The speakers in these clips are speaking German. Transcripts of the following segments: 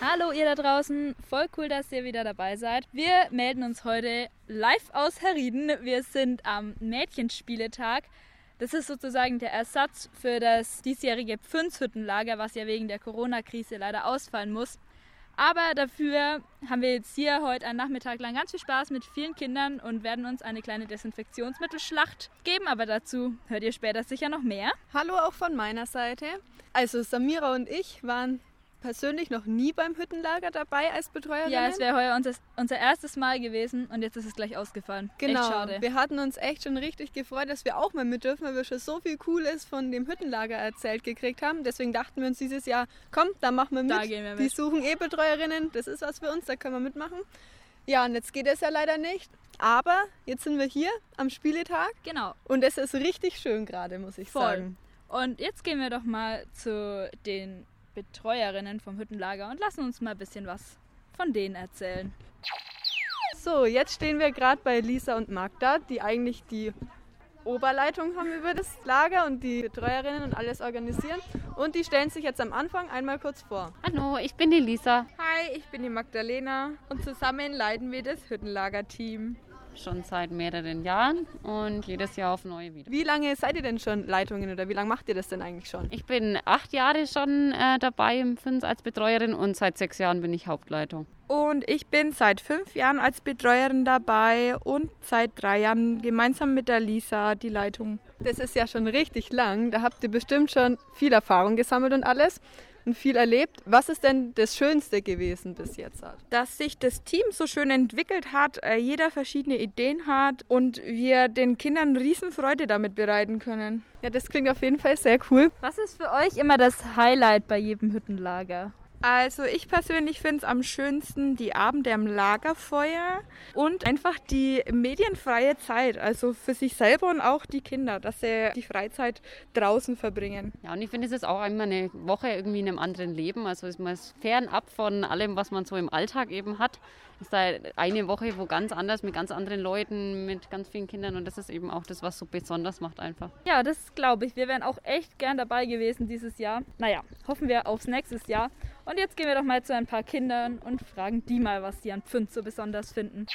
Hallo ihr da draußen, voll cool, dass ihr wieder dabei seid. Wir melden uns heute live aus Herrieden. Wir sind am Mädchenspieletag. Das ist sozusagen der Ersatz für das diesjährige Pfünzhüttenlager, was ja wegen der Corona-Krise leider ausfallen muss. Aber dafür haben wir jetzt hier heute einen Nachmittag lang ganz viel Spaß mit vielen Kindern und werden uns eine kleine Desinfektionsmittelschlacht geben. Aber dazu hört ihr später sicher noch mehr. Hallo auch von meiner Seite. Also Samira und ich waren persönlich noch nie beim Hüttenlager dabei als Betreuerin. Ja, es wäre heuer unser, unser erstes Mal gewesen und jetzt ist es gleich ausgefallen. Genau. Echt schade. Wir hatten uns echt schon richtig gefreut, dass wir auch mal mit dürfen, weil wir schon so viel Cooles von dem Hüttenlager erzählt gekriegt haben. Deswegen dachten wir uns dieses Jahr, komm, da machen wir mit. Da gehen wir Die mit. suchen eh Betreuerinnen, das ist was für uns, da können wir mitmachen. Ja, und jetzt geht es ja leider nicht. Aber jetzt sind wir hier am Spieletag Genau. und es ist richtig schön gerade, muss ich Voll. sagen. Und jetzt gehen wir doch mal zu den Betreuerinnen vom Hüttenlager und lassen uns mal ein bisschen was von denen erzählen. So, jetzt stehen wir gerade bei Lisa und Magda, die eigentlich die Oberleitung haben über das Lager und die Betreuerinnen und alles organisieren. Und die stellen sich jetzt am Anfang einmal kurz vor. Hallo, ich bin die Lisa. Hi, ich bin die Magdalena und zusammen leiten wir das Hüttenlager-Team. Schon seit mehreren Jahren und jedes Jahr auf neue wieder. Wie lange seid ihr denn schon Leitungen oder wie lange macht ihr das denn eigentlich schon? Ich bin acht Jahre schon äh, dabei im FINS als Betreuerin und seit sechs Jahren bin ich Hauptleitung. Und ich bin seit fünf Jahren als Betreuerin dabei und seit drei Jahren gemeinsam mit der Lisa die Leitung. Das ist ja schon richtig lang, da habt ihr bestimmt schon viel Erfahrung gesammelt und alles und viel erlebt. Was ist denn das Schönste gewesen bis jetzt? Dass sich das Team so schön entwickelt hat, äh, jeder verschiedene Ideen hat und wir den Kindern Riesenfreude damit bereiten können. Ja, das klingt auf jeden Fall sehr cool. Was ist für euch immer das Highlight bei jedem Hüttenlager? Also ich persönlich finde es am schönsten die Abende am Lagerfeuer und einfach die medienfreie Zeit, also für sich selber und auch die Kinder, dass sie die Freizeit draußen verbringen. Ja, und ich finde, es ist auch immer eine Woche irgendwie in einem anderen Leben. Also ist man ist fernab von allem, was man so im Alltag eben hat. Ist da eine Woche, wo ganz anders, mit ganz anderen Leuten, mit ganz vielen Kindern und das ist eben auch das, was so besonders macht einfach. Ja, das glaube ich. Wir wären auch echt gern dabei gewesen dieses Jahr. Naja, hoffen wir aufs nächstes Jahr. Und jetzt gehen wir doch mal zu ein paar Kindern und fragen die mal, was die an Pfund so besonders finden.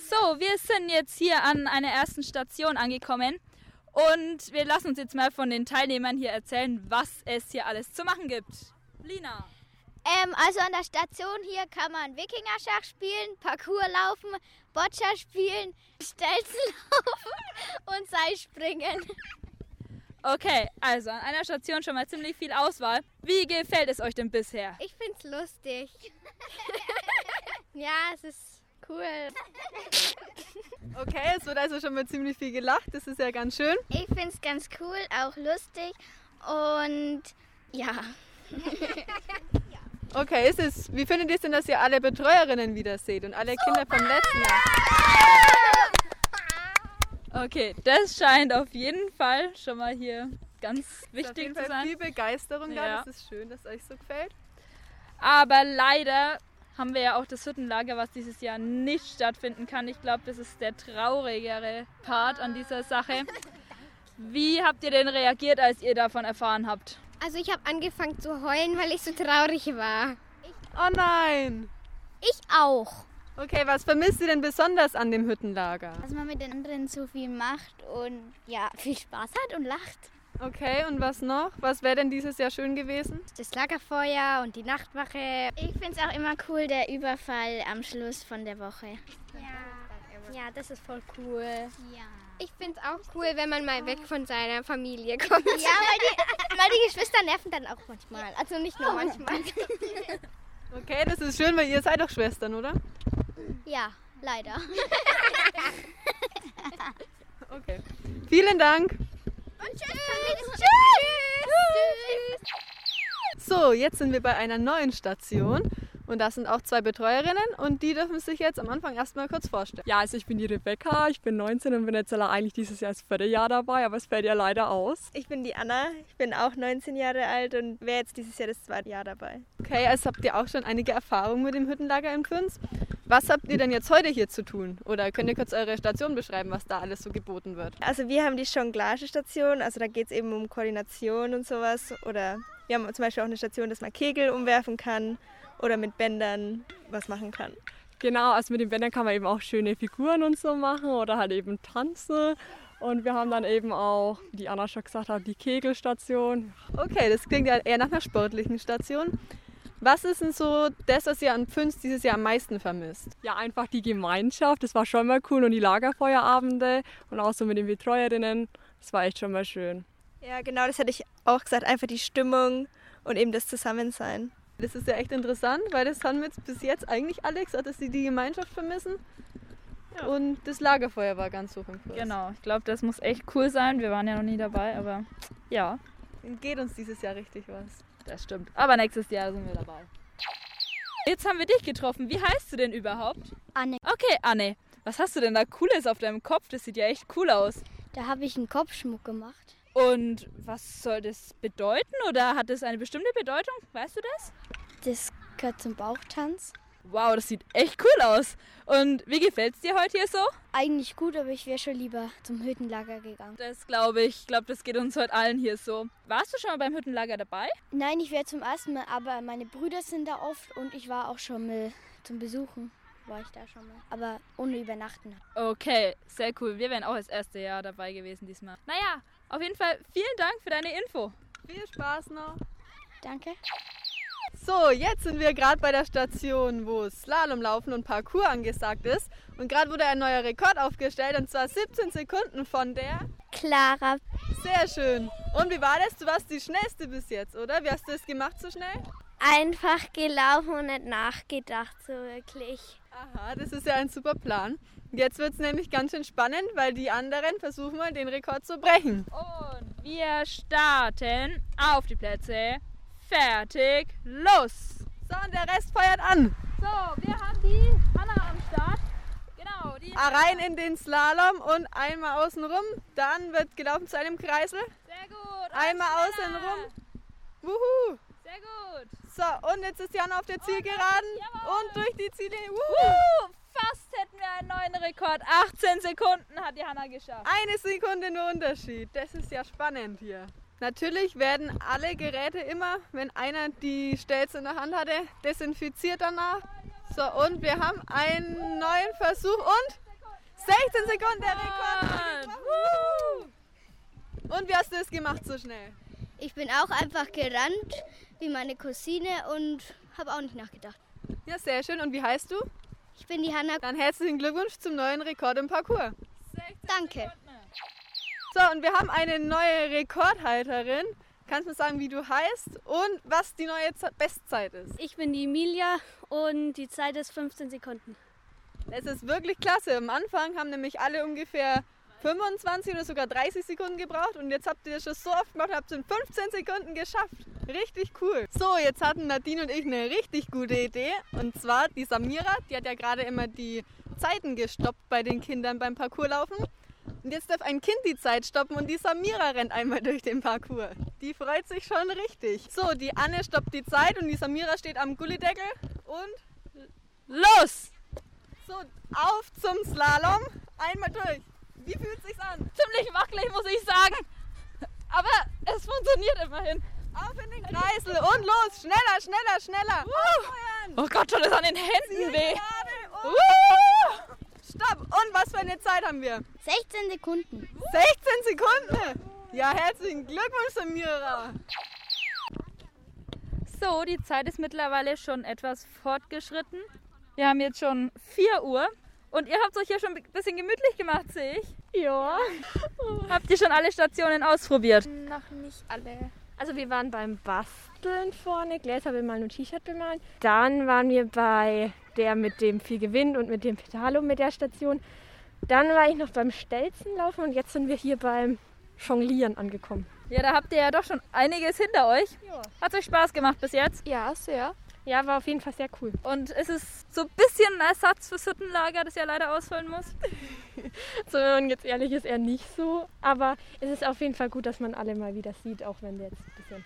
So, wir sind jetzt hier an einer ersten Station angekommen. Und wir lassen uns jetzt mal von den Teilnehmern hier erzählen, was es hier alles zu machen gibt. Lina. Ähm, also an der Station hier kann man Wikingerschach spielen, Parkour laufen, Boccia spielen, Stelzen laufen und Seil springen. Okay, also an einer Station schon mal ziemlich viel Auswahl. Wie gefällt es euch denn bisher? Ich find's lustig. ja, es ist cool. Okay, es wird also schon mal ziemlich viel gelacht, das ist ja ganz schön. Ich find's ganz cool, auch lustig und ja. Okay, ist es, wie findet ihr es denn, dass ihr alle Betreuerinnen wieder seht und alle Kinder vom letzten Jahr? Okay, das scheint auf jeden Fall schon mal hier ganz Ist auf jeden wichtig zu Fall sein. viel Begeisterung Ja. da, das ist schön, dass es euch so gefällt. Aber leider haben wir ja auch das Hüttenlager, was dieses Jahr nicht stattfinden kann. Ich glaube, das ist der traurigere Part an dieser Sache. Wie habt ihr denn reagiert, als ihr davon erfahren habt? Also ich habe angefangen zu heulen, weil ich so traurig war. Oh nein! Ich auch. Okay, was vermisst ihr denn besonders an dem Hüttenlager? Dass man mit den anderen so viel macht und ja, viel Spaß hat und lacht. Okay, und was noch? Was wäre denn dieses Jahr schön gewesen? das Lagerfeuer und die Nachtwache. Ich finde es auch immer cool, der Überfall am Schluss von der Woche. Ja, ja das ist voll cool. Ich finde es auch cool, wenn man mal weg von seiner Familie kommt. Ja, weil die, weil die Geschwister nerven dann auch manchmal. Also nicht nur manchmal. Okay, das ist schön, weil ihr seid doch Schwestern, oder? Ja, leider. Okay. Vielen Dank! Und tschüss. Tschüss. So, jetzt sind wir bei einer neuen Station und da sind auch zwei Betreuerinnen und die dürfen sich jetzt am Anfang erstmal kurz vorstellen. Ja, also ich bin die Rebecca, ich bin 19 und bin jetzt eigentlich dieses Jahr das vierte Jahr dabei, aber es fällt ja leider aus. Ich bin die Anna, ich bin auch 19 Jahre alt und wäre jetzt dieses Jahr das zweite Jahr dabei. Okay, also habt ihr auch schon einige Erfahrungen mit dem Hüttenlager in Pfünz. Was habt ihr denn jetzt heute hier zu tun? Oder könnt ihr kurz eure Station beschreiben, was da alles so geboten wird? Also wir haben die Jonglagestation, also da geht es eben um Koordination und sowas oder Wir haben zum Beispiel auch eine Station, dass man Kegel umwerfen kann oder mit Bändern was machen kann. Genau, also mit den Bändern kann man eben auch schöne Figuren und so machen oder halt eben tanzen. Und wir haben dann eben auch, wie die Anna schon gesagt hat, die Kegelstation. Okay, das klingt ja eher nach einer sportlichen Station. Was ist denn so das, was ihr an Pfünz dieses Jahr am meisten vermisst? Ja, einfach die Gemeinschaft, das war schon mal cool. Und die Lagerfeuerabende und auch so mit den Betreuerinnen, das war echt schon mal schön. Ja, genau, das hätte ich auch gesagt. Einfach die Stimmung und eben das Zusammensein. Das ist ja echt interessant, weil das haben jetzt bis jetzt eigentlich alle gesagt, dass sie die Gemeinschaft vermissen. Und das Lagerfeuer war ganz hoch im Kurs. Genau, ich glaube, das muss echt cool sein. Wir waren ja noch nie dabei, aber ja, Geht uns dieses Jahr richtig was. das stimmt. Aber nächstes Jahr sind wir dabei. Jetzt haben wir dich getroffen. Wie heißt du denn überhaupt? Anne, Okay, Anne, was hast du denn da Cooles auf deinem Kopf? Das sieht ja echt cool aus. da habe ich einen Kopfschmuck gemacht. Und was soll das bedeuten oder hat das eine bestimmte Bedeutung? Weißt du das? Das gehört zum Bauchtanz. Wow, das sieht echt cool aus. Und wie gefällt's dir heute hier so? Eigentlich gut, aber ich wäre schon lieber zum Hüttenlager gegangen. Das glaube ich. Ich glaube, das geht uns heute allen hier so. Warst du schon mal beim Hüttenlager dabei? Nein, ich wäre zum ersten Mal, aber meine Brüder sind da oft und ich war auch schon mal zum Besuchen. War ich da schon mal. Aber ohne Übernachten. Okay, sehr cool. Wir wären auch das erste Jahr dabei gewesen diesmal. Naja, auf jeden Fall vielen Dank für deine Info. Viel Spaß noch. Danke. So, jetzt sind wir gerade bei der Station, wo Slalomlaufen und Parkour angesagt ist. Und gerade wurde ein neuer Rekord aufgestellt, und zwar 17 Sekunden von der. Clara, Sehr schön. Und wie war das? Du warst die schnellste bis jetzt, oder? Wie hast du das gemacht so schnell? Einfach gelaufen und nicht nachgedacht, so wirklich. Aha, das ist ja ein super Plan. Jetzt wird es nämlich ganz schön spannend, weil die anderen versuchen mal, den Rekord zu brechen. Und wir starten auf die Plätze. Fertig, los! So, und der Rest feuert an. So, wir haben die Anna am Start. Genau, die. Ah, Rein in den Slalom und einmal außen rum. Dann wird gelaufen zu einem Kreisel. Sehr gut. Einmal Und außen schneller. rum. Wuhu! Sehr gut. So, und jetzt ist Jana auf der Zielgeraden jawohl. und durch die Ziellinie. Wuhu! Uh, fast hätten wir einen neuen Rekord. 18 Sekunden hat die Hanna geschafft. Eine Sekunde nur Unterschied. Das ist ja spannend hier. Natürlich werden alle Geräte immer, wenn einer die Stelze in der Hand hatte, desinfiziert danach. So, und wir haben einen neuen Versuch und 16 Sekunden der Rekord. Und wie hast du das gemacht so schnell? Ich bin auch einfach gerannt, wie meine Cousine und habe auch nicht nachgedacht. Ja, sehr schön. Und wie heißt du? Ich bin die Hanna. Dann herzlichen Glückwunsch zum neuen Rekord im Parcours. Danke. So, und wir haben eine neue Rekordhalterin. Kannst du mir sagen, wie du heißt und was die neue Ze- Bestzeit ist? Ich bin die Emilia und die Zeit ist 15 Sekunden. Es ist wirklich klasse. Am Anfang haben nämlich alle ungefähr 25 oder sogar 30 Sekunden gebraucht und jetzt habt ihr das schon so oft gemacht, und habt es in 15 Sekunden geschafft. Richtig cool. So, jetzt hatten Nadine und ich eine richtig gute Idee und zwar die Samira, die hat ja gerade immer die Zeiten gestoppt bei den Kindern beim Parkourlaufen. Und jetzt darf ein Kind die Zeit stoppen und die Samira rennt einmal durch den Parkour. Die freut sich schon richtig. So, die Anne stoppt die Zeit und die Samira steht am Gullideckel und Los! so, auf zum Slalom. Einmal durch. Wie fühlt sich's an? Ah, Ziemlich wackelig, muss ich sagen. Aber es funktioniert immerhin. Auf in den Kreisel und los. Schneller, schneller, schneller. Aufheuern. Oh Gott, tut es an den Händen weh. Gerade und Uh! Stopp. Und was für eine Zeit haben wir? 16 Sekunden. 16 Sekunden. Ja, herzlichen Glückwunsch, Samira. So, die Zeit ist mittlerweile schon etwas fortgeschritten. Wir haben jetzt schon 4 Uhr und ihr habt euch hier schon ein bisschen gemütlich gemacht, sehe ich. Ja. Habt ihr schon alle Stationen ausprobiert? Noch nicht alle. Also wir waren beim Basteln vorne, Gläser bemalen und T-Shirt bemalen. Dann waren wir bei der mit dem viel Gewinn und mit dem Pedalo mit der Station. Dann war ich noch beim Stelzenlaufen und jetzt sind wir hier beim Jonglieren angekommen. Ja, da habt ihr ja doch schon einiges hinter euch. Hat euch Spaß gemacht bis jetzt. Ja, sehr. Ja, war auf jeden Fall sehr cool. Und ist es so ein bisschen ein Ersatz fürs Hüttenlager, das ja leider ausfallen muss? So, wenn man jetzt ehrlich ist, eher nicht so. Aber es ist auf jeden Fall gut, dass man alle mal wieder sieht, auch wenn wir jetzt ein bisschen.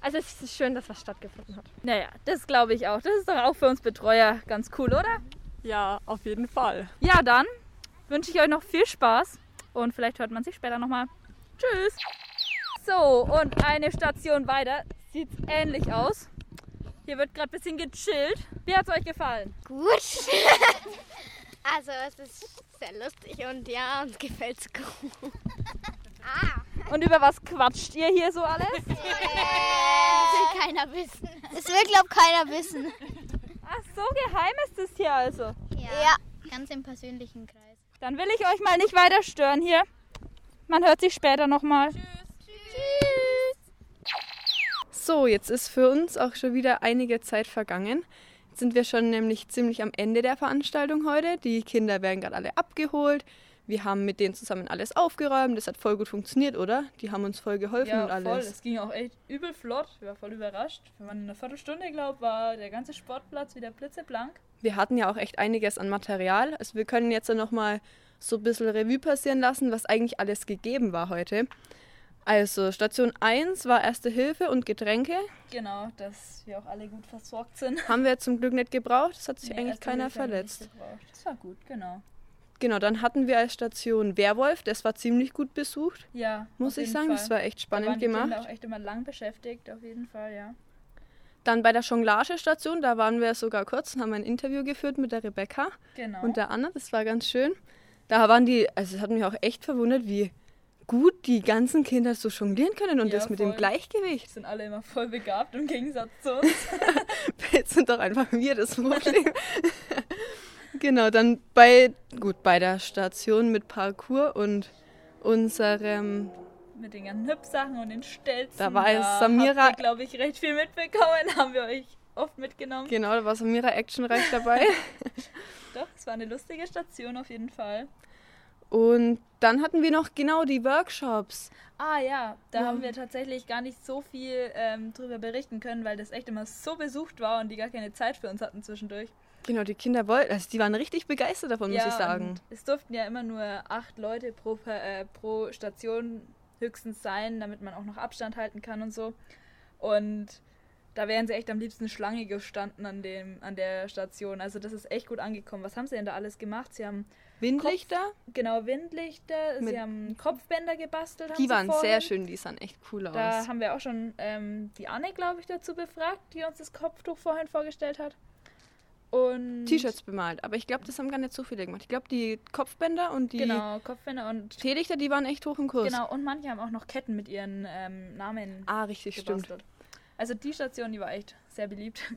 Also es ist schön, dass was stattgefunden hat. Naja, das glaube ich auch. Das ist doch auch für uns Betreuer ganz cool, oder? Ja, auf jeden Fall. Ja, dann wünsche ich euch noch viel Spaß und vielleicht hört man sich später nochmal. Tschüss! So, und eine Station weiter sieht's ähnlich aus. Hier wird gerade ein bisschen gechillt. Wie hat's euch gefallen? Gut. also es ist sehr lustig und ja, uns gefällt es gut. Und über was quatscht ihr hier so alles? Das will keiner wissen. Das will, glaub keiner wissen. Ach, so geheim ist es hier also. Ja. Ganz im persönlichen Kreis. Dann will ich euch mal nicht weiter stören hier. Man hört sich später nochmal. So, jetzt ist für uns auch schon wieder einige Zeit vergangen. Jetzt sind wir schon nämlich ziemlich am Ende der Veranstaltung heute. Die Kinder werden gerade alle abgeholt. Wir haben mit denen zusammen alles aufgeräumt. Das hat voll gut funktioniert, oder? Die haben uns voll geholfen Ja, und voll. alles. Es ging auch echt übel flott. Ich war voll überrascht. Wenn man in einer Viertelstunde glaubt, war der ganze Sportplatz wieder blitzeblank. Wir hatten ja auch echt einiges an Material. Also wir können jetzt nochmal so ein bisschen Revue passieren lassen, was eigentlich alles gegeben war heute. Also Station 1 war Erste Hilfe und Getränke. Genau, dass wir auch alle gut versorgt sind. Haben wir zum Glück nicht gebraucht. Es hat sich Nee, eigentlich erste keiner Hilfe haben wir nicht verletzt. gebraucht. Das war gut, genau. Genau, dann hatten wir als Station Werwolf. Das war ziemlich gut besucht. Ja, Muss auf ich jeden sagen, Fall. das war echt da waren spannend die Kinder gemacht. auch echt immer lang beschäftigt, auf jeden Fall, ja. Dann bei der Jonglage-Station, da waren wir sogar kurz und haben ein Interview geführt mit der Rebecca Genau. und der Anna. Das war ganz schön. Da waren die, also es hat mich auch echt verwundert, wie gut die ganzen Kinder so jonglieren können und Ja, das mit dem voll. Gleichgewicht. sind alle immer voll begabt im Gegensatz zu uns. Jetzt sind doch einfach wir das Problem. genau, dann bei, gut, bei der Station mit Parkour und unserem Mit den ganzen Hüpfsachen und den Stelzen. Da war es Samira- Habt ihr, glaube ich, recht viel mitbekommen. Haben wir euch oft mitgenommen. Genau, da war Samira actionreich dabei. Doch, es war eine lustige Station auf jeden Fall. Und dann hatten wir noch genau die Workshops. Ah ja, da haben wir tatsächlich gar nicht so viel ähm, drüber berichten können, weil das echt immer so besucht war und die gar keine Zeit für uns hatten zwischendurch. Genau, die Kinder wollten, also die waren richtig begeistert davon, ja, muss ich sagen. und Es durften ja immer nur acht Leute pro, Per- äh, pro Station höchstens sein, damit man auch noch Abstand halten kann und so. Und da wären sie echt am liebsten Schlange gestanden an, dem, an der Station. Also das ist echt gut angekommen. Was haben sie denn da alles gemacht? Sie haben Windlichter, genau Windlichter, Mit- sie haben Kopfbänder gebastelt. haben die sie waren vorhin. sehr schön, die sahen echt cool aus. Da haben wir auch schon ähm, die Anne, glaube ich, dazu befragt, die uns das Kopftuch vorhin vorgestellt hat. Und T-Shirts bemalt, aber ich glaube, das haben gar nicht so viele gemacht. Ich glaube, die Kopfbänder und die Genau, Kopfbänder und Teelichter, die waren echt hoch im Kurs. genau und manche haben auch noch Ketten mit ihren ähm, Namen Ah, richtig, stimmt. gebastelt. Also die Station, die war echt sehr beliebt.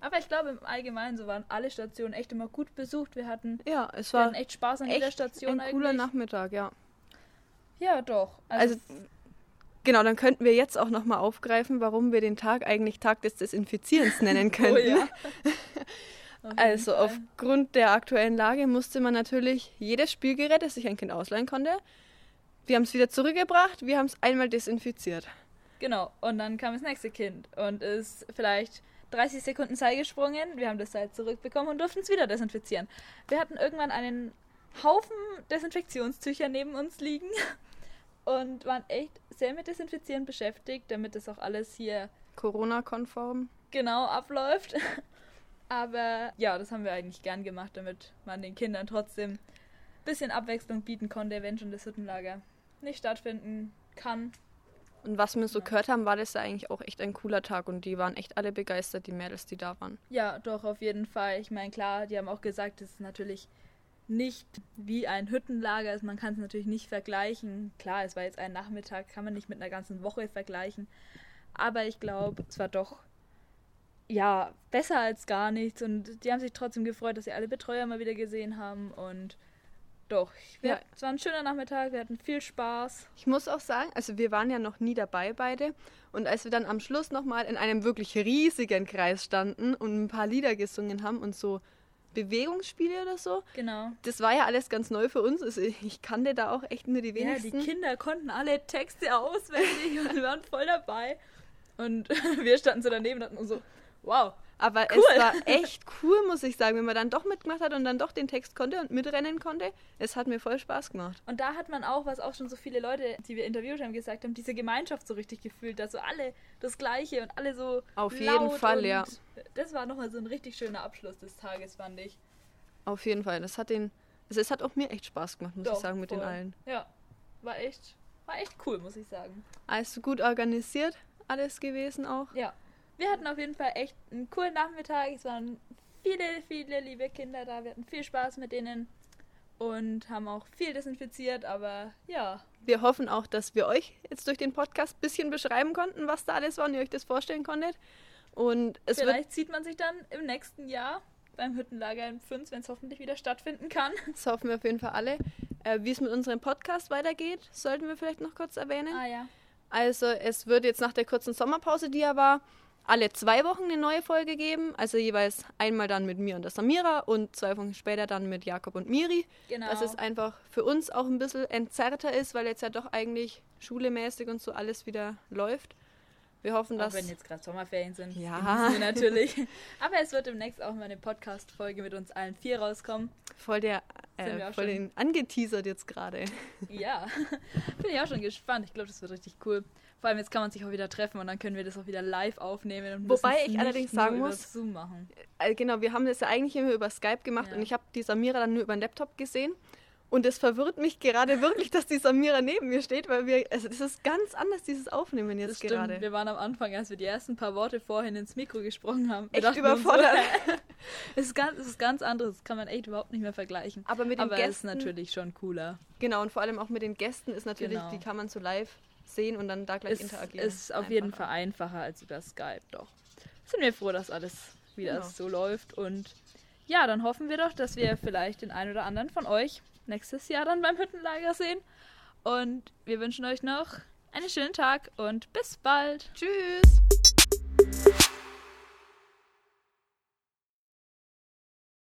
Aber ich glaube im Allgemeinen so waren alle Stationen echt immer gut besucht. Wir hatten, Ja, es wir war hatten echt Spaß an jeder echt Station ein cooler eigentlich. Nachmittag, ja. ja, doch. Also, Also, genau, dann könnten wir jetzt auch nochmal aufgreifen, warum wir den Tag eigentlich Tag des Desinfizierens nennen könnten. Oh ja. auf jeden Also Fall. aufgrund der aktuellen Lage musste man natürlich jedes Spielgerät, das sich ein Kind ausleihen konnte, wir haben es wieder zurückgebracht, wir haben es einmal desinfiziert. Genau, und dann kam das nächste Kind und ist vielleicht 30 Sekunden Seil gesprungen. Wir haben das Seil zurückbekommen und durften es wieder desinfizieren. Wir hatten irgendwann einen Haufen Desinfektionstücher neben uns liegen und waren echt sehr mit Desinfizieren beschäftigt, damit das auch alles hier Corona-konform. genau abläuft. Aber ja, das haben wir eigentlich gern gemacht, damit man den Kindern trotzdem ein bisschen Abwechslung bieten konnte, wenn schon das Hüttenlager nicht stattfinden kann. Und was wir so gehört haben, war das ja eigentlich auch echt ein cooler Tag und die waren echt alle begeistert, die Mädels, die da waren. Ja, doch, auf jeden Fall. Ich meine, klar, die haben auch gesagt, es ist natürlich nicht wie ein Hüttenlager ist. Man kann es natürlich nicht vergleichen. Klar, es war jetzt ein Nachmittag, kann man nicht mit einer ganzen Woche vergleichen. Aber ich glaube, es war doch, ja, besser als gar nichts. Und die haben sich trotzdem gefreut, dass sie alle Betreuer mal wieder gesehen haben. Und doch, ich- wir, Ja. es war ein schöner Nachmittag, wir hatten viel Spaß. Ich muss auch sagen, also wir waren ja noch nie dabei beide und als wir dann am Schluss nochmal in einem wirklich riesigen Kreis standen und ein paar Lieder gesungen haben und so Bewegungsspiele oder so, Genau. das war ja alles ganz neu für uns. Also ich kannte da auch echt nur die Ja, die wenigsten. Kinder konnten alle Texte auswendig und waren voll dabei. Und wir standen so daneben und hatten so, wow. Aber es Cool. war echt cool, muss ich sagen, wenn man dann doch mitgemacht hat und dann doch den Text konnte und mitrennen konnte. Es hat mir voll Spaß gemacht. Und da hat man auch, was auch schon so viele Leute, die wir interviewt haben, gesagt haben, diese Gemeinschaft so richtig gefühlt, dass so alle das Gleiche und alle so Auf laut jeden Fall, und ja. Das war nochmal so ein richtig schöner Abschluss des Tages, fand ich. Auf jeden Fall. Das hat den. Also es hat auch mir echt Spaß gemacht, muss Doch, ich sagen, mit den voll. allen. Ja, war echt, war echt cool, muss ich sagen. Alles gut Also organisiert, alles gewesen auch. Ja. Wir hatten auf jeden Fall echt einen coolen Nachmittag. Es waren viele, viele liebe Kinder da. Wir hatten viel Spaß mit denen und haben auch viel desinfiziert, aber ja. Wir hoffen auch, dass wir euch jetzt durch den Podcast ein bisschen beschreiben konnten, was da alles war und ihr euch das vorstellen konntet. Und es wird Vielleicht sieht man sich dann im nächsten Jahr beim Hüttenlager in Pfünz, wenn es hoffentlich wieder stattfinden kann. Das hoffen wir auf jeden Fall alle. Äh, Wie es mit unserem Podcast weitergeht, sollten wir vielleicht noch kurz erwähnen. Ah ja. Also es wird jetzt nach der kurzen Sommerpause, die ja war, alle zwei Wochen eine neue Folge geben. Also jeweils einmal dann mit mir und der Samira und zwei Wochen später dann mit Jakob und Miri. Genau. Dass es einfach für uns auch ein bisschen entzerrter ist, weil jetzt ja doch eigentlich schulemäßig und so alles wieder läuft. Wir hoffen, Auch dass... wenn jetzt gerade Sommerferien sind. Ja. genießen Wir natürlich. Aber es wird demnächst auch mal eine Podcast-Folge mit uns allen vier rauskommen. Voll, der, Sind wir äh, auch voll schon- den angeteasert jetzt gerade. Ja, bin ich auch schon gespannt. Ich glaube, das wird richtig cool. Vor allem jetzt kann man sich auch wieder treffen und dann können wir das auch wieder live aufnehmen. Und müssen Wobei es ich nicht allerdings nur sagen über muss- Zoom machen. Äh, Genau, wir haben das ja eigentlich immer über Skype gemacht und ich habe die Samira dann nur über den Laptop gesehen. Und es verwirrt mich gerade wirklich, dass die Samira neben mir steht, weil wir, also das ist ganz anders, dieses Aufnehmen jetzt Das stimmt. gerade. Wir waren am Anfang, als wir die ersten paar Worte vorhin ins Mikro gesprochen haben. wir Echt dachten uns so, überfordert. es ist ganz, es ist ganz anderes. Das kann man echt überhaupt nicht mehr vergleichen. Aber mit den Aber es ist Gästen- natürlich schon cooler. Genau, und vor allem auch mit den Gästen ist natürlich, Genau. die kann man so live sehen und dann da gleich Es interagieren. ist auf jeden Fall einfacher als über Skype, doch. Sind wir froh, dass alles wieder Genau. so läuft. Und ja, dann hoffen wir doch, dass wir vielleicht den einen oder anderen von euch nächstes Jahr dann beim Hüttenlager sehen. Und wir wünschen euch noch einen schönen Tag und bis bald. Tschüss.